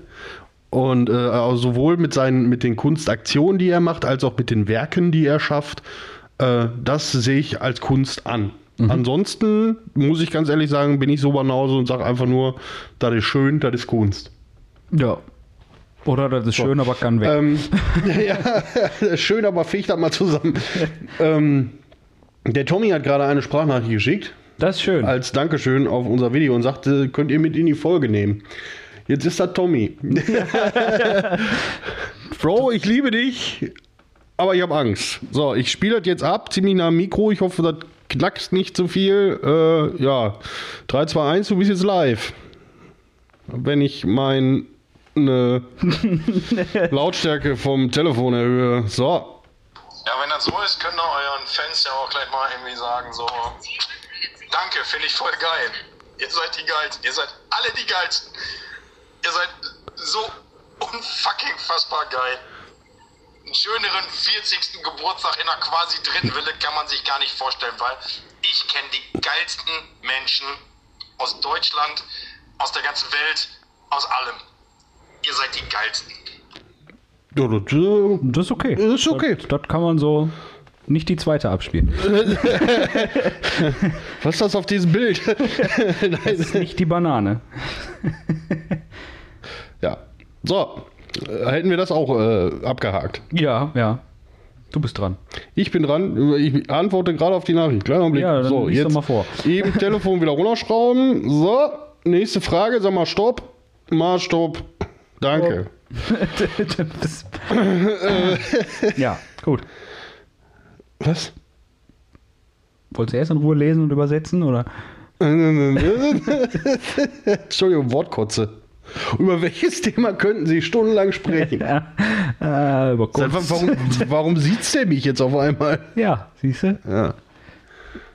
[SPEAKER 1] Und äh, also sowohl mit seinen, mit den Kunstaktionen, die er macht, als auch mit den Werken, die er schafft, äh, das sehe ich als Kunst an. Ansonsten muss ich ganz ehrlich sagen, bin ich so banause und sage einfach nur, das ist schön, das ist Kunst.
[SPEAKER 2] Ja. Oder das ist schön, aber kann weg.
[SPEAKER 1] Ähm, ja, schön, aber fähig das mal zusammen. ähm, der Tommy hat gerade eine Sprachnachricht geschickt
[SPEAKER 2] das ist schön.
[SPEAKER 1] als Dankeschön auf unser Video und sagte, könnt ihr mit in die Folge nehmen. Jetzt ist da Tommy. Bro, ich liebe dich, aber ich habe Angst. So, ich spiele das jetzt ab, ziemlich nah am Mikro. Ich hoffe, das knackst nicht zu viel. Äh, ja, 3, 2, 1, du bist jetzt live. Wenn ich meine Lautstärke vom Telefon erhöhe. So,
[SPEAKER 3] Ja, wenn das so ist, könnt ihr euren Fans ja auch gleich mal irgendwie sagen, so, danke, finde ich voll geil. Ihr seid die geilsten, ihr seid alle die geilsten. Ihr seid so unfucking fassbar geil. Einen schöneren 40. Geburtstag in einer quasi dritten Wille kann man sich gar nicht vorstellen, weil ich kenne die geilsten Menschen aus Deutschland, aus der ganzen Welt, aus allem. Ihr seid die geilsten.
[SPEAKER 1] ja, das äh,
[SPEAKER 2] das ist okay.
[SPEAKER 1] das ist okay.
[SPEAKER 2] Das, das kann man so nicht die zweite abspielen.
[SPEAKER 1] Was ist das auf diesem Bild? Nein.
[SPEAKER 2] nicht die Banane.
[SPEAKER 1] Ja. So, äh, hätten wir das auch äh, abgehakt.
[SPEAKER 2] Ja, ja. Du bist dran.
[SPEAKER 1] Ich bin dran, äh, ich antworte gerade auf die Nachricht. Kleiner Augenblick.
[SPEAKER 2] Ja, dann
[SPEAKER 1] so,
[SPEAKER 2] lies doch
[SPEAKER 1] jetzt
[SPEAKER 2] mal vor.
[SPEAKER 1] Eben Telefon wieder runterschrauben. So, nächste Frage. Sag mal, stopp. Mal stopp. Danke.
[SPEAKER 2] Das- ja, gut.
[SPEAKER 1] Was?
[SPEAKER 2] Wolltest du erst in Ruhe lesen und übersetzen oder?
[SPEAKER 1] Entschuldigung, Wortkotze. Über welches Thema könnten Sie stundenlang sprechen?
[SPEAKER 2] Äh, über
[SPEAKER 1] Seit wann-
[SPEAKER 2] Kunst.
[SPEAKER 1] warum warum sieht der mich jetzt auf einmal?
[SPEAKER 2] Ja, siehst du?
[SPEAKER 1] Ja.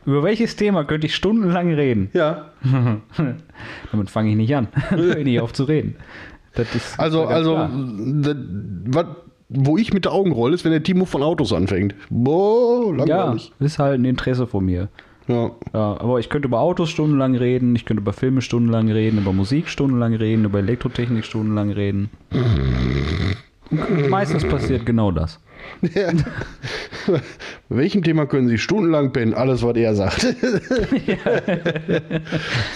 [SPEAKER 2] Über welches Thema könnte ich stundenlang reden?
[SPEAKER 1] ja.
[SPEAKER 2] Damit fange ich nicht an. Dann Hör ich nicht auf zu reden. Das ist
[SPEAKER 1] Also,
[SPEAKER 2] ganz
[SPEAKER 1] also,
[SPEAKER 2] klar.
[SPEAKER 1] das, was, wo ich mit der Augenrolle ist, wenn der Timo von Autos anfängt. Boah,
[SPEAKER 2] Ja,
[SPEAKER 1] langweilig.
[SPEAKER 2] ist halt ein Interesse von mir.
[SPEAKER 1] Ja.
[SPEAKER 2] Ja, aber ich könnte über Autos stundenlang reden, ich könnte über Filme stundenlang reden, über Musik stundenlang reden, über Elektrotechnik stundenlang reden. Und meistens passiert genau das.
[SPEAKER 1] Ja. Welchem Thema können Sie stundenlang pennen? Alles, was er sagt.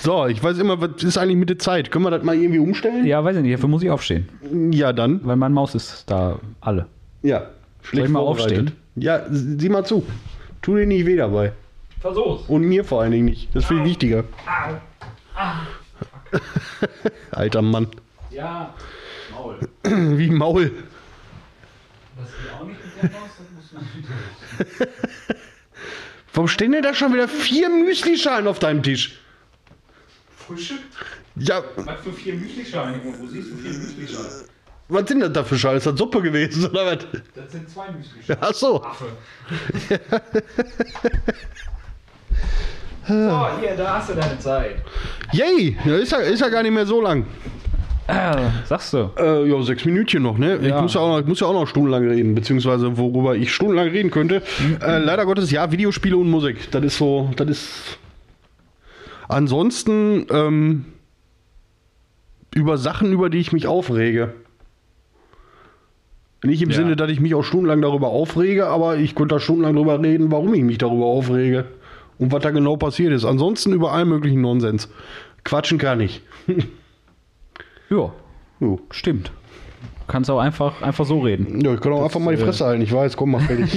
[SPEAKER 1] so, ich weiß immer, was ist eigentlich mit der Zeit? Können wir das mal irgendwie umstellen?
[SPEAKER 2] Ja, weiß ich nicht, dafür muss ich aufstehen,
[SPEAKER 1] Ja, dann.
[SPEAKER 2] weil meine Maus ist da alle.
[SPEAKER 1] Ja. Schlecht
[SPEAKER 2] ich mal
[SPEAKER 1] vorbereitet.
[SPEAKER 2] aufstehen?
[SPEAKER 1] Ja, sieh mal zu. Tu dir nicht weh dabei.
[SPEAKER 2] Versuch's.
[SPEAKER 1] Und mir vor allen Dingen nicht. Das ist viel wichtiger.
[SPEAKER 2] Ah.
[SPEAKER 1] Alter Mann.
[SPEAKER 2] Ja, Maul.
[SPEAKER 1] Wie ein Maul.
[SPEAKER 2] Das geht auch nicht mit der Maus, das muss man
[SPEAKER 1] Warum stehen denn da schon wieder vier Müslischalen auf deinem Tisch?
[SPEAKER 2] Frische?
[SPEAKER 1] Ja,
[SPEAKER 2] Was für vier Müslischalen, Junge? Wo siehst du vier Müslischalen?
[SPEAKER 1] was sind das da für Schalen? Ist das Suppe gewesen oder was?
[SPEAKER 2] Das sind zwei Müslischalen.
[SPEAKER 1] Ach so.
[SPEAKER 2] Affe. so, hier, da hast du deine Zeit.
[SPEAKER 1] Yay, ja, ist ja, ist ja gar nicht mehr so lang.
[SPEAKER 2] Sagst du?
[SPEAKER 1] Äh, ja, sechs Minütchen noch, ne? Ich,
[SPEAKER 2] Ja.
[SPEAKER 1] muss ja auch noch, ich muss ja auch noch stundenlang reden, beziehungsweise worüber ich stundenlang reden könnte.
[SPEAKER 2] Mhm.
[SPEAKER 1] Äh, leider Gottes, ja, Videospiele und Musik. Das ist so, das ist. Ansonsten ähm, über Sachen, über die ich mich aufrege. Nicht im
[SPEAKER 2] Ja.
[SPEAKER 1] Sinne, dass ich mich auch stundenlang darüber aufrege, aber ich könnte da stundenlang darüber reden, warum ich mich darüber aufrege und was da genau passiert ist. Ansonsten über allen möglichen Nonsens. Quatschen kann ich.
[SPEAKER 2] Ja,
[SPEAKER 1] Jo.
[SPEAKER 2] stimmt. Kannst auch einfach, einfach so reden.
[SPEAKER 1] Ja, ich kann auch einfach mal die
[SPEAKER 2] äh,
[SPEAKER 1] Fresse halten. Ich weiß, komm, mach fertig.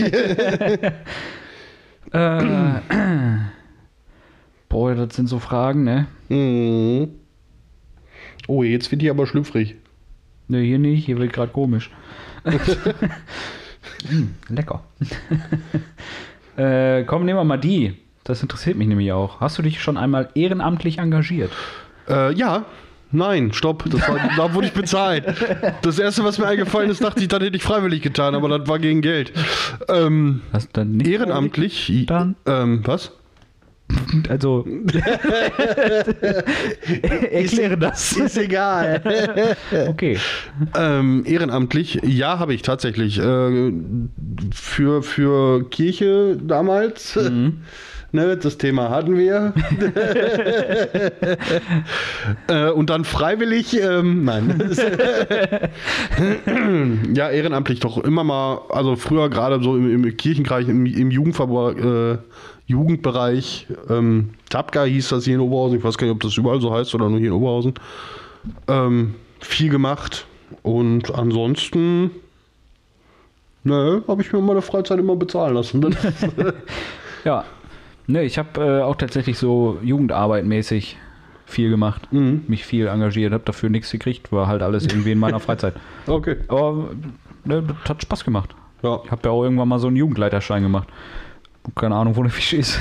[SPEAKER 2] Äh, boah, das sind so Fragen, ne?
[SPEAKER 1] Mhm. Oh, jetzt wird die aber schlüpfrig.
[SPEAKER 2] Ne, hier nicht, hier wird gerade komisch. Hm, lecker. äh, komm, nehmen wir mal die. Das interessiert mich nämlich auch. Hast du dich schon einmal ehrenamtlich engagiert?
[SPEAKER 1] Äh, ja. Nein, stopp. Das war, da wurde ich bezahlt. Das erste, was mir eingefallen ist, dachte ich, das hätte ich freiwillig getan, aber das war gegen Geld. Ähm,
[SPEAKER 2] Hast du dann nicht
[SPEAKER 1] ehrenamtlich.
[SPEAKER 2] Dann-
[SPEAKER 1] Ähm, was?
[SPEAKER 2] Also. Erkläre das.
[SPEAKER 1] Ist egal.
[SPEAKER 2] Okay.
[SPEAKER 1] ähm, ehrenamtlich, ja, habe ich tatsächlich. Äh, für, für Kirche damals. Ne, das Thema hatten wir. äh, und dann freiwillig, ähm, nein. ja, ehrenamtlich doch immer mal, also früher gerade so im, im Kirchenkreis, im, im Jugendverbra- äh, Jugendbereich, ähm, Tapka hieß das hier in Oberhausen, ich weiß gar nicht, ob das überall so heißt oder nur hier in Oberhausen, ähm, viel gemacht und ansonsten, ne, habe ich mir meine Freizeit immer bezahlen lassen. Ne?
[SPEAKER 2] Ja. Ne, ich habe äh, auch tatsächlich so Jugendarbeit mäßig viel gemacht. Mich viel engagiert, habe dafür nichts gekriegt, war halt alles irgendwie in meiner Freizeit.
[SPEAKER 1] okay.
[SPEAKER 2] Aber ne, das hat Spaß gemacht.
[SPEAKER 1] Ja.
[SPEAKER 2] Ich habe ja auch irgendwann mal so einen Jugendleiterschein gemacht. Keine Ahnung, wo der Fisch ist.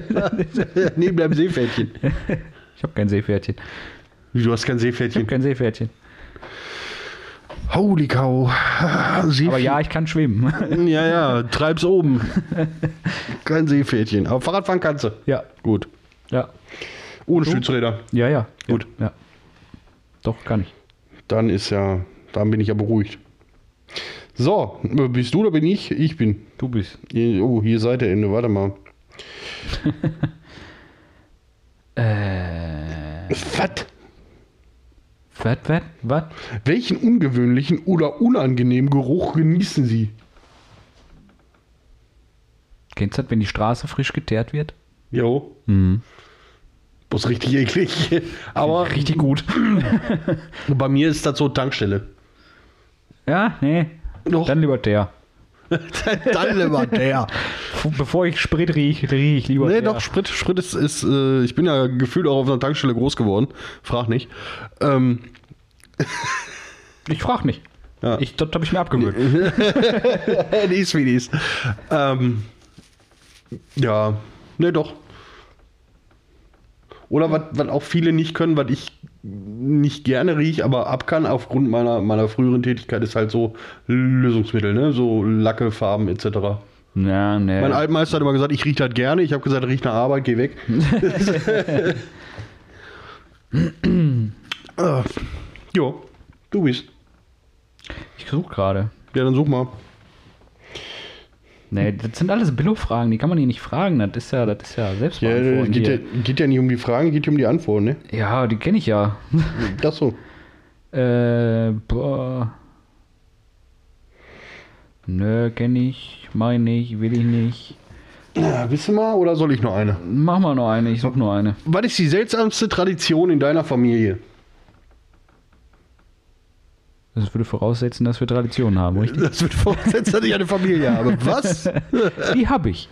[SPEAKER 1] Neben deinem Seepferdchen.
[SPEAKER 2] Ich habe kein Seepferdchen.
[SPEAKER 1] Du hast kein
[SPEAKER 2] Ich habe
[SPEAKER 1] Seepferdchen.
[SPEAKER 2] kein Seepferdchen.
[SPEAKER 1] Holy cow. Seepferdchen.
[SPEAKER 2] Aber ja, ich kann schwimmen.
[SPEAKER 1] Ja, ja, treib's oben. Kein Seepferdchen. Aber Fahrradfahren kannst du.
[SPEAKER 2] ja,
[SPEAKER 1] Gut.
[SPEAKER 2] ja,
[SPEAKER 1] Ohne Stützräder.
[SPEAKER 2] ja, ja.
[SPEAKER 1] Gut.
[SPEAKER 2] Ja. Doch, kann ich.
[SPEAKER 1] Dann ist ja, dann bin ich ja beruhigt. So, bist du oder bin ich? Ich bin.
[SPEAKER 2] Du bist.
[SPEAKER 1] Hier- Oh, hier Seite Ende, warte mal.
[SPEAKER 2] Äh.
[SPEAKER 1] Was?
[SPEAKER 2] Wat, wat, wat?
[SPEAKER 1] Welchen ungewöhnlichen oder unangenehmen Geruch genießen Sie?
[SPEAKER 2] Kennst du das, wenn die Straße frisch geteert wird?
[SPEAKER 1] Jo. Das ist richtig eklig. Aber
[SPEAKER 2] Richtig gut.
[SPEAKER 1] bei mir ist das so Tankstelle.
[SPEAKER 2] ja, nee.
[SPEAKER 1] Doch.
[SPEAKER 2] Dann lieber der.
[SPEAKER 1] dann immer der.
[SPEAKER 2] F- Bevor ich Sprit rieche, rieche ich lieber
[SPEAKER 1] Nee,
[SPEAKER 2] der.
[SPEAKER 1] doch, Sprit, Sprit ist, ist äh, ich bin ja gefühlt auch auf einer Tankstelle groß geworden. Frag nicht. Ähm,
[SPEAKER 2] Ich frage nicht.
[SPEAKER 1] Ja.
[SPEAKER 2] Ich, das habe ich mir abgewöhnt.
[SPEAKER 1] die ist wie die ist. Ähm, ja, ne, doch. Oder was was auch viele nicht können, was ich nicht gerne rieche, aber ab kann aufgrund meiner, meiner früheren Tätigkeit, ist halt so Lösungsmittel, ne? so Lacke, Farben etc.
[SPEAKER 2] Na, nee.
[SPEAKER 1] Mein Altmeister hat immer gesagt, ich rieche das gerne. Ich habe gesagt, riech nach Arbeit, geh weg. äh, jo, du bist.
[SPEAKER 2] ich suche gerade.
[SPEAKER 1] Ja, dann such mal.
[SPEAKER 2] Nee, das sind alles Billo-Fragen, die kann man hier nicht fragen. Das ist ja, das ist ja selbst
[SPEAKER 1] Ja, äh,
[SPEAKER 2] beantworten
[SPEAKER 1] geht, ja,
[SPEAKER 2] hier.
[SPEAKER 1] geht ja nicht um die Fragen, geht ja um die Antworten, ne?
[SPEAKER 2] ja, die kenne ich ja.
[SPEAKER 1] Das so.
[SPEAKER 2] äh, boah. Nö, kenne ich, meine ich, will ich nicht.
[SPEAKER 1] Ja, bist du mal oder soll ich noch eine?
[SPEAKER 2] Mach mal noch eine, ich suche nur eine.
[SPEAKER 1] Was ist die seltsamste Tradition in deiner Familie?
[SPEAKER 2] Das würde voraussetzen, dass wir Traditionen haben, richtig?
[SPEAKER 1] Das wird voraussetzen, dass ich eine Familie habe. Was?
[SPEAKER 2] Die habe ich.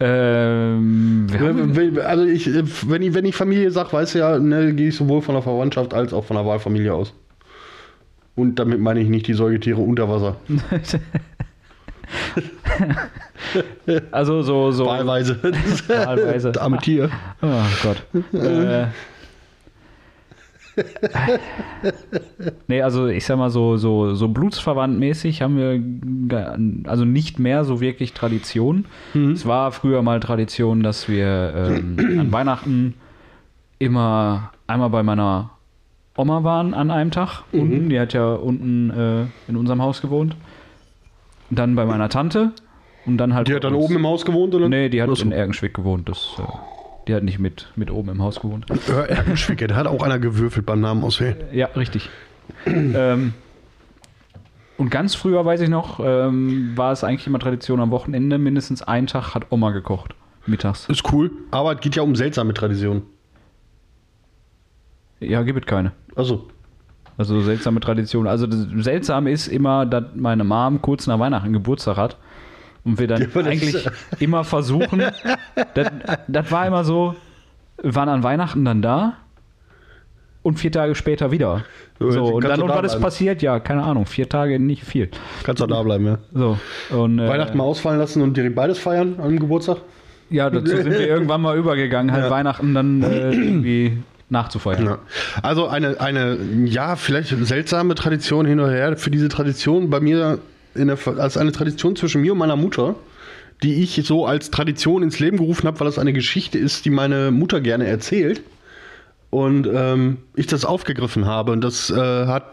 [SPEAKER 2] ähm, wir haben,
[SPEAKER 1] Wenn- wenn- also ich, äh, wenn ich, wenn ich Familie sage, weißt du ja, ne, gehe ich sowohl von der Verwandtschaft als auch von der Wahlfamilie aus. Und damit meine ich nicht die Säugetiere unter Wasser.
[SPEAKER 2] also so, so.
[SPEAKER 1] Wahlweise.
[SPEAKER 2] Wahlweise.
[SPEAKER 1] Das arme Tier.
[SPEAKER 2] Oh Gott. äh, nee, also ich sag mal so, so, so blutsverwandtmäßig haben wir ge- also nicht mehr so wirklich Tradition.
[SPEAKER 1] Mhm.
[SPEAKER 2] Es war früher mal Tradition, dass wir ähm, an Weihnachten immer einmal bei meiner Oma waren an einem Tag
[SPEAKER 1] Mhm.
[SPEAKER 2] unten. Die hat ja unten äh, in unserem Haus gewohnt. Dann bei meiner Tante und dann halt.
[SPEAKER 1] Die
[SPEAKER 2] bei
[SPEAKER 1] hat dann
[SPEAKER 2] uns.
[SPEAKER 1] oben im Haus gewohnt, oder?
[SPEAKER 2] Nee, die hat
[SPEAKER 1] Achso.
[SPEAKER 2] in Ergenschwick gewohnt. Das, äh, die hat nicht mit, mit oben im Haus gewohnt.
[SPEAKER 1] Äh, Erkenschwicke, da hat auch einer gewürfelt beim Namen auswählen.
[SPEAKER 2] Ja, richtig. ähm, und ganz früher, weiß ich noch, ähm, war es eigentlich immer Tradition am Wochenende, mindestens einen Tag hat Oma gekocht. Mittags.
[SPEAKER 1] Ist cool, aber es geht ja um seltsame Traditionen.
[SPEAKER 2] Ja, gibt es keine.
[SPEAKER 1] Also,
[SPEAKER 2] Also seltsame Tradition. Also das Seltsame ist immer, dass meine Mom kurz nach Weihnachten Geburtstag hat und wir dann
[SPEAKER 1] Ja, aber das
[SPEAKER 2] eigentlich
[SPEAKER 1] ist-
[SPEAKER 2] immer versuchen. das, das war immer so, wir waren an Weihnachten dann da und vier Tage später wieder.
[SPEAKER 1] Ja,
[SPEAKER 2] So,
[SPEAKER 1] sie
[SPEAKER 2] und
[SPEAKER 1] kann
[SPEAKER 2] dann
[SPEAKER 1] so
[SPEAKER 2] und
[SPEAKER 1] da
[SPEAKER 2] was ist
[SPEAKER 1] bleiben.
[SPEAKER 2] passiert? Ja, keine Ahnung. Vier Tage nicht viel.
[SPEAKER 1] kannst du da bleiben, ja.
[SPEAKER 2] So. Und, äh,
[SPEAKER 1] Weihnachten mal ausfallen lassen und direkt beides feiern am Geburtstag?
[SPEAKER 2] Ja, dazu sind wir irgendwann mal übergegangen, halt Weihnachten dann äh, irgendwie nachzufeiern.
[SPEAKER 1] Ja. Also eine, eine, ja, vielleicht seltsame Tradition hin und her. Für diese Tradition bei mir, in der, Ver- als eine Tradition zwischen mir und meiner Mutter, die ich so als Tradition ins Leben gerufen habe, weil das eine Geschichte ist, die meine Mutter gerne erzählt. Und ähm, ich das aufgegriffen habe. Und das äh, hat,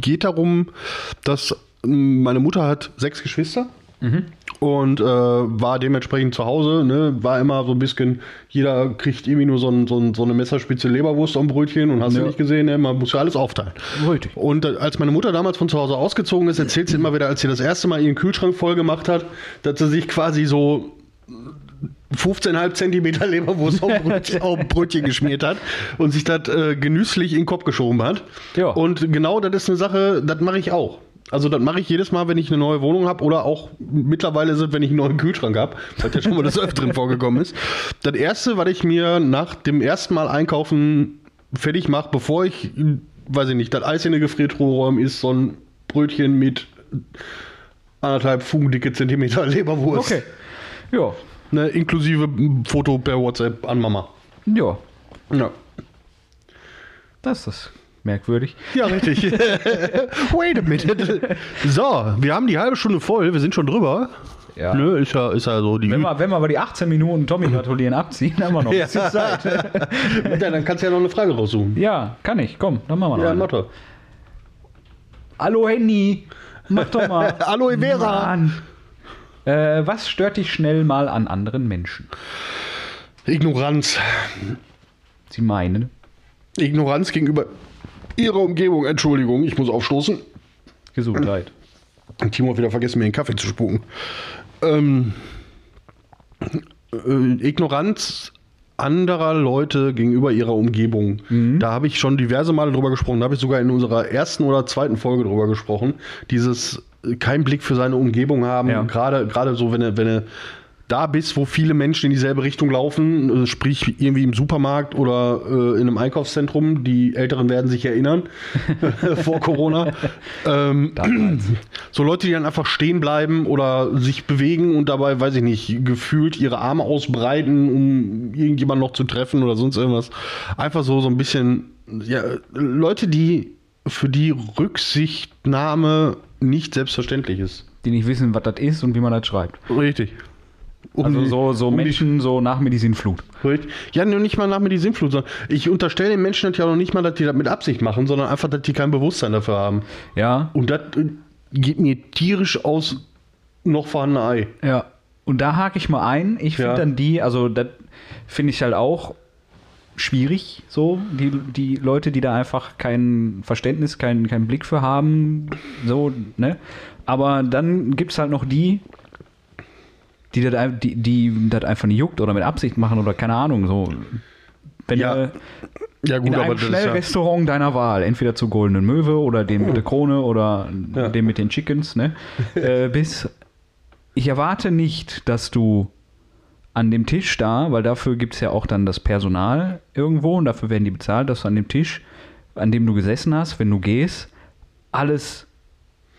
[SPEAKER 1] geht darum, dass ähm, meine Mutter hat sechs Geschwister und äh, war dementsprechend zu Hause. Ne? War immer so ein bisschen, jeder kriegt irgendwie nur so, ein, so, ein, so eine Messerspitze Leberwurst am Brötchen und hast du
[SPEAKER 2] Ja.
[SPEAKER 1] nicht gesehen, ne? man muss ja alles aufteilen.
[SPEAKER 2] Richtig.
[SPEAKER 1] Und äh, als meine Mutter damals von zu Hause ausgezogen ist, erzählt sie immer wieder, als sie das erste Mal ihren Kühlschrank voll gemacht hat, dass sie sich quasi so 15,5 Zentimeter Leberwurst auf Brötchen, auf Brötchen geschmiert hat und sich das äh, genüsslich in den Kopf geschoben hat.
[SPEAKER 2] Ja.
[SPEAKER 1] Und genau das ist eine Sache, das mache ich auch. Also das mache ich jedes Mal, wenn ich eine neue Wohnung habe oder auch mittlerweile sind, wenn ich einen neuen Kühlschrank habe, was ja schon mal des Öfteren vorgekommen ist. Das Erste, was ich mir nach dem ersten Mal einkaufen fertig mache, bevor ich, weiß ich nicht, das Eis in den Gefriertruhe räume, ist so ein Brötchen mit anderthalb Fugen dicke Zentimeter Leberwurst.
[SPEAKER 2] Okay. Ja.
[SPEAKER 1] Ne, inklusive m, Foto per WhatsApp an Mama.
[SPEAKER 2] Ja.
[SPEAKER 1] Ja,
[SPEAKER 2] Das ist merkwürdig.
[SPEAKER 1] ja richtig. Wait a minute. So, wir haben die halbe Stunde voll, wir sind schon drüber.
[SPEAKER 2] Ja.
[SPEAKER 1] Nö, ist ja, ist ja so die
[SPEAKER 2] Wenn
[SPEAKER 1] Üb-
[SPEAKER 2] wir, wenn wir aber die 18 Minuten Tommy gratulieren abziehen, haben wir noch ein
[SPEAKER 1] Ja.
[SPEAKER 2] bisschen Zeit.
[SPEAKER 1] Ja, dann kannst du ja noch eine Frage raussuchen.
[SPEAKER 2] Ja, kann ich. Komm, dann machen wir noch.
[SPEAKER 1] Ja,
[SPEAKER 2] eine.
[SPEAKER 1] Motto.
[SPEAKER 2] Hallo Handy, mach doch mal.
[SPEAKER 1] Aloe Vera.
[SPEAKER 2] Mann. Äh, was stört dich schnell mal an anderen Menschen?
[SPEAKER 1] Ignoranz.
[SPEAKER 2] Sie meinen.
[SPEAKER 1] Ignoranz gegenüber ihrer Umgebung. Entschuldigung, ich muss aufstoßen.
[SPEAKER 2] Gesundheit.
[SPEAKER 1] Timo hat wieder vergessen, mir den Kaffee zu spucken. Ähm, äh, Ignoranz anderer Leute gegenüber ihrer Umgebung. Da habe ich schon diverse Male drüber gesprochen. Da habe ich sogar in unserer ersten oder zweiten Folge drüber gesprochen. Dieses äh, kein Blick für seine Umgebung haben.
[SPEAKER 2] Ja.
[SPEAKER 1] Gerade, gerade so, wenn du, wenn du da bist, wo viele Menschen in dieselbe Richtung laufen, äh, sprich irgendwie im Supermarkt oder äh, in einem Einkaufszentrum. Die Älteren werden sich erinnern vor Corona. ähm,
[SPEAKER 2] Damals.
[SPEAKER 1] so Leute, die dann einfach stehen bleiben oder sich bewegen und dabei, weiß ich nicht, gefühlt ihre Arme ausbreiten, um irgendjemanden noch zu treffen oder sonst irgendwas. Einfach so, so ein bisschen, ja, Leute, die für die Rücksichtnahme nicht selbstverständlich ist.
[SPEAKER 2] Die nicht wissen, was das ist und wie man das schreibt.
[SPEAKER 1] Richtig. Um
[SPEAKER 2] Also
[SPEAKER 1] die-
[SPEAKER 2] so, so
[SPEAKER 1] um die
[SPEAKER 2] Menschen, so nach Medizinflut.
[SPEAKER 1] Richtig. Ja, nur nicht mal nach mir die Sinnflut, sondern ich unterstelle den Menschen das ja noch nicht mal, dass die das mit Absicht machen, sondern einfach, dass die kein Bewusstsein dafür haben.
[SPEAKER 2] Ja.
[SPEAKER 1] Und das äh, geht mir tierisch aus noch vorhandener Ei.
[SPEAKER 2] Ja. Und da hake ich mal ein. Ich finde
[SPEAKER 1] Ja.
[SPEAKER 2] dann die, also das finde ich halt auch schwierig, so. Die, die Leute, die da einfach kein Verständnis, keinen kein Blick für haben, so, ne? Aber dann gibt es halt noch die, die das ein- die, die das einfach nicht juckt oder mit Absicht machen oder keine Ahnung, so. Wenn
[SPEAKER 1] Ja,
[SPEAKER 2] du
[SPEAKER 1] Ja,
[SPEAKER 2] in
[SPEAKER 1] gut, aber
[SPEAKER 2] einem
[SPEAKER 1] das ist ja.
[SPEAKER 2] Schnellrestaurant deiner Wahl, entweder zur Goldenen Möwe oder dem mit der Krone oder
[SPEAKER 1] Ja.
[SPEAKER 2] dem mit den Chickens, ne? äh, bis ich erwarte nicht, dass du an dem Tisch da, weil dafür gibt es ja auch dann das Personal irgendwo und dafür werden die bezahlt, dass du an dem Tisch, an dem du gesessen hast, wenn du gehst, alles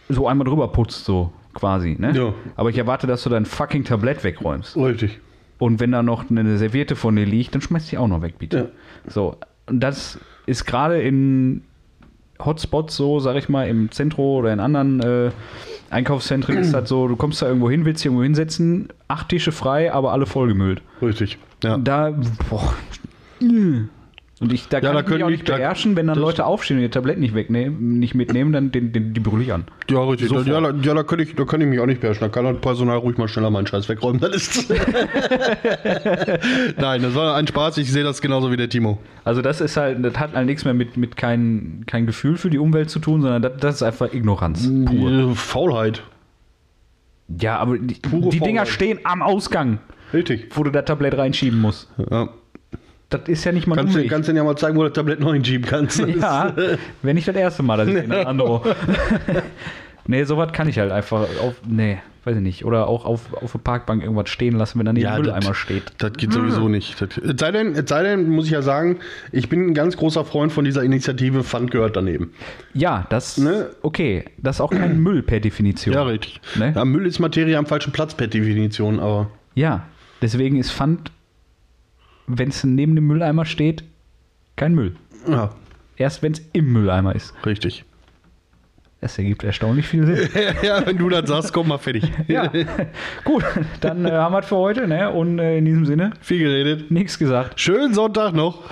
[SPEAKER 2] so einmal drüber putzt, so quasi. Ne?
[SPEAKER 1] Ja.
[SPEAKER 2] Aber ich erwarte, dass du dein fucking Tablett wegräumst.
[SPEAKER 1] Richtig.
[SPEAKER 2] Und wenn da noch eine Serviette von dir liegt, dann schmeißt die auch noch weg, bitte. So, und das ist gerade in Hotspots so, sag ich mal, im Zentro oder in anderen äh, Einkaufszentren ist das so, du kommst da irgendwo hin, willst dich irgendwo hinsetzen, acht Tische frei, aber alle vollgemüllt.
[SPEAKER 1] Richtig. Ja.
[SPEAKER 2] Da, boah, Und ich, da
[SPEAKER 1] da
[SPEAKER 2] kann ich mich
[SPEAKER 1] können
[SPEAKER 2] auch
[SPEAKER 1] die-
[SPEAKER 2] nicht
[SPEAKER 1] da-
[SPEAKER 2] beherrschen, wenn dann
[SPEAKER 1] das-
[SPEAKER 2] Leute aufstehen und ihr Tablett nicht wegnehmen, nicht mitnehmen, dann den, den, die berühre ich an.
[SPEAKER 1] Ja, richtig.
[SPEAKER 2] Sofort.
[SPEAKER 1] Ja, da, ja, da, kann ich, da kann ich mich auch nicht beherrschen. Da kann das Personal ruhig mal schneller meinen Scheiß wegräumen. Das ist Nein, das war ein Spaß. Ich sehe das genauso wie der Timo.
[SPEAKER 2] Also das ist halt, das hat halt nichts mehr mit, mit kein, kein Gefühl für die Umwelt zu tun, sondern das, das ist einfach Ignoranz. Pur.
[SPEAKER 1] Äh, Faulheit.
[SPEAKER 2] Ja, aber die,
[SPEAKER 1] Pure
[SPEAKER 2] die Dinger
[SPEAKER 1] Faulheit.
[SPEAKER 2] stehen am Ausgang,
[SPEAKER 1] Richtig.
[SPEAKER 2] wo du das Tablett reinschieben musst.
[SPEAKER 1] Ja.
[SPEAKER 2] Das ist ja nicht mal
[SPEAKER 1] Kannst, du,
[SPEAKER 2] dummig.
[SPEAKER 1] kannst du dir ja mal zeigen, wo das Tablett noch hinschieben kannst. Das ist-
[SPEAKER 2] Ja, wenn nicht das erste Mal, dass ich den androhe. nee, sowas kann ich halt einfach auf, nee, weiß ich nicht. Oder auch auf, auf der Parkbank irgendwas stehen lassen, wenn da neben
[SPEAKER 1] Ja,
[SPEAKER 2] dem Mülleimer
[SPEAKER 1] das-
[SPEAKER 2] steht.
[SPEAKER 1] Das geht sowieso nicht. Das, es, sei denn, es sei denn, muss ich ja sagen, ich bin ein ganz großer Freund von dieser Initiative Pfand gehört daneben.
[SPEAKER 2] Ja, das,
[SPEAKER 1] Ne?
[SPEAKER 2] okay, das ist auch kein Müll per Definition.
[SPEAKER 1] Ja,
[SPEAKER 2] Ja,
[SPEAKER 1] richtig.
[SPEAKER 2] Ne?
[SPEAKER 1] Ja, Müll ist Materie am falschen Platz per Definition, aber
[SPEAKER 2] deswegen ist Pfand, wenn es neben dem Mülleimer steht, kein Müll.
[SPEAKER 1] ja,
[SPEAKER 2] Erst wenn es im Mülleimer ist.
[SPEAKER 1] richtig.
[SPEAKER 2] Das ergibt erstaunlich viel Sinn.
[SPEAKER 1] ja, wenn du das sagst, komm mal fertig.
[SPEAKER 2] Ja, gut, dann äh, haben wir es für heute, ne? Und äh, in diesem Sinne,
[SPEAKER 1] Viel geredet.
[SPEAKER 2] nichts gesagt.
[SPEAKER 1] Schönen Sonntag noch.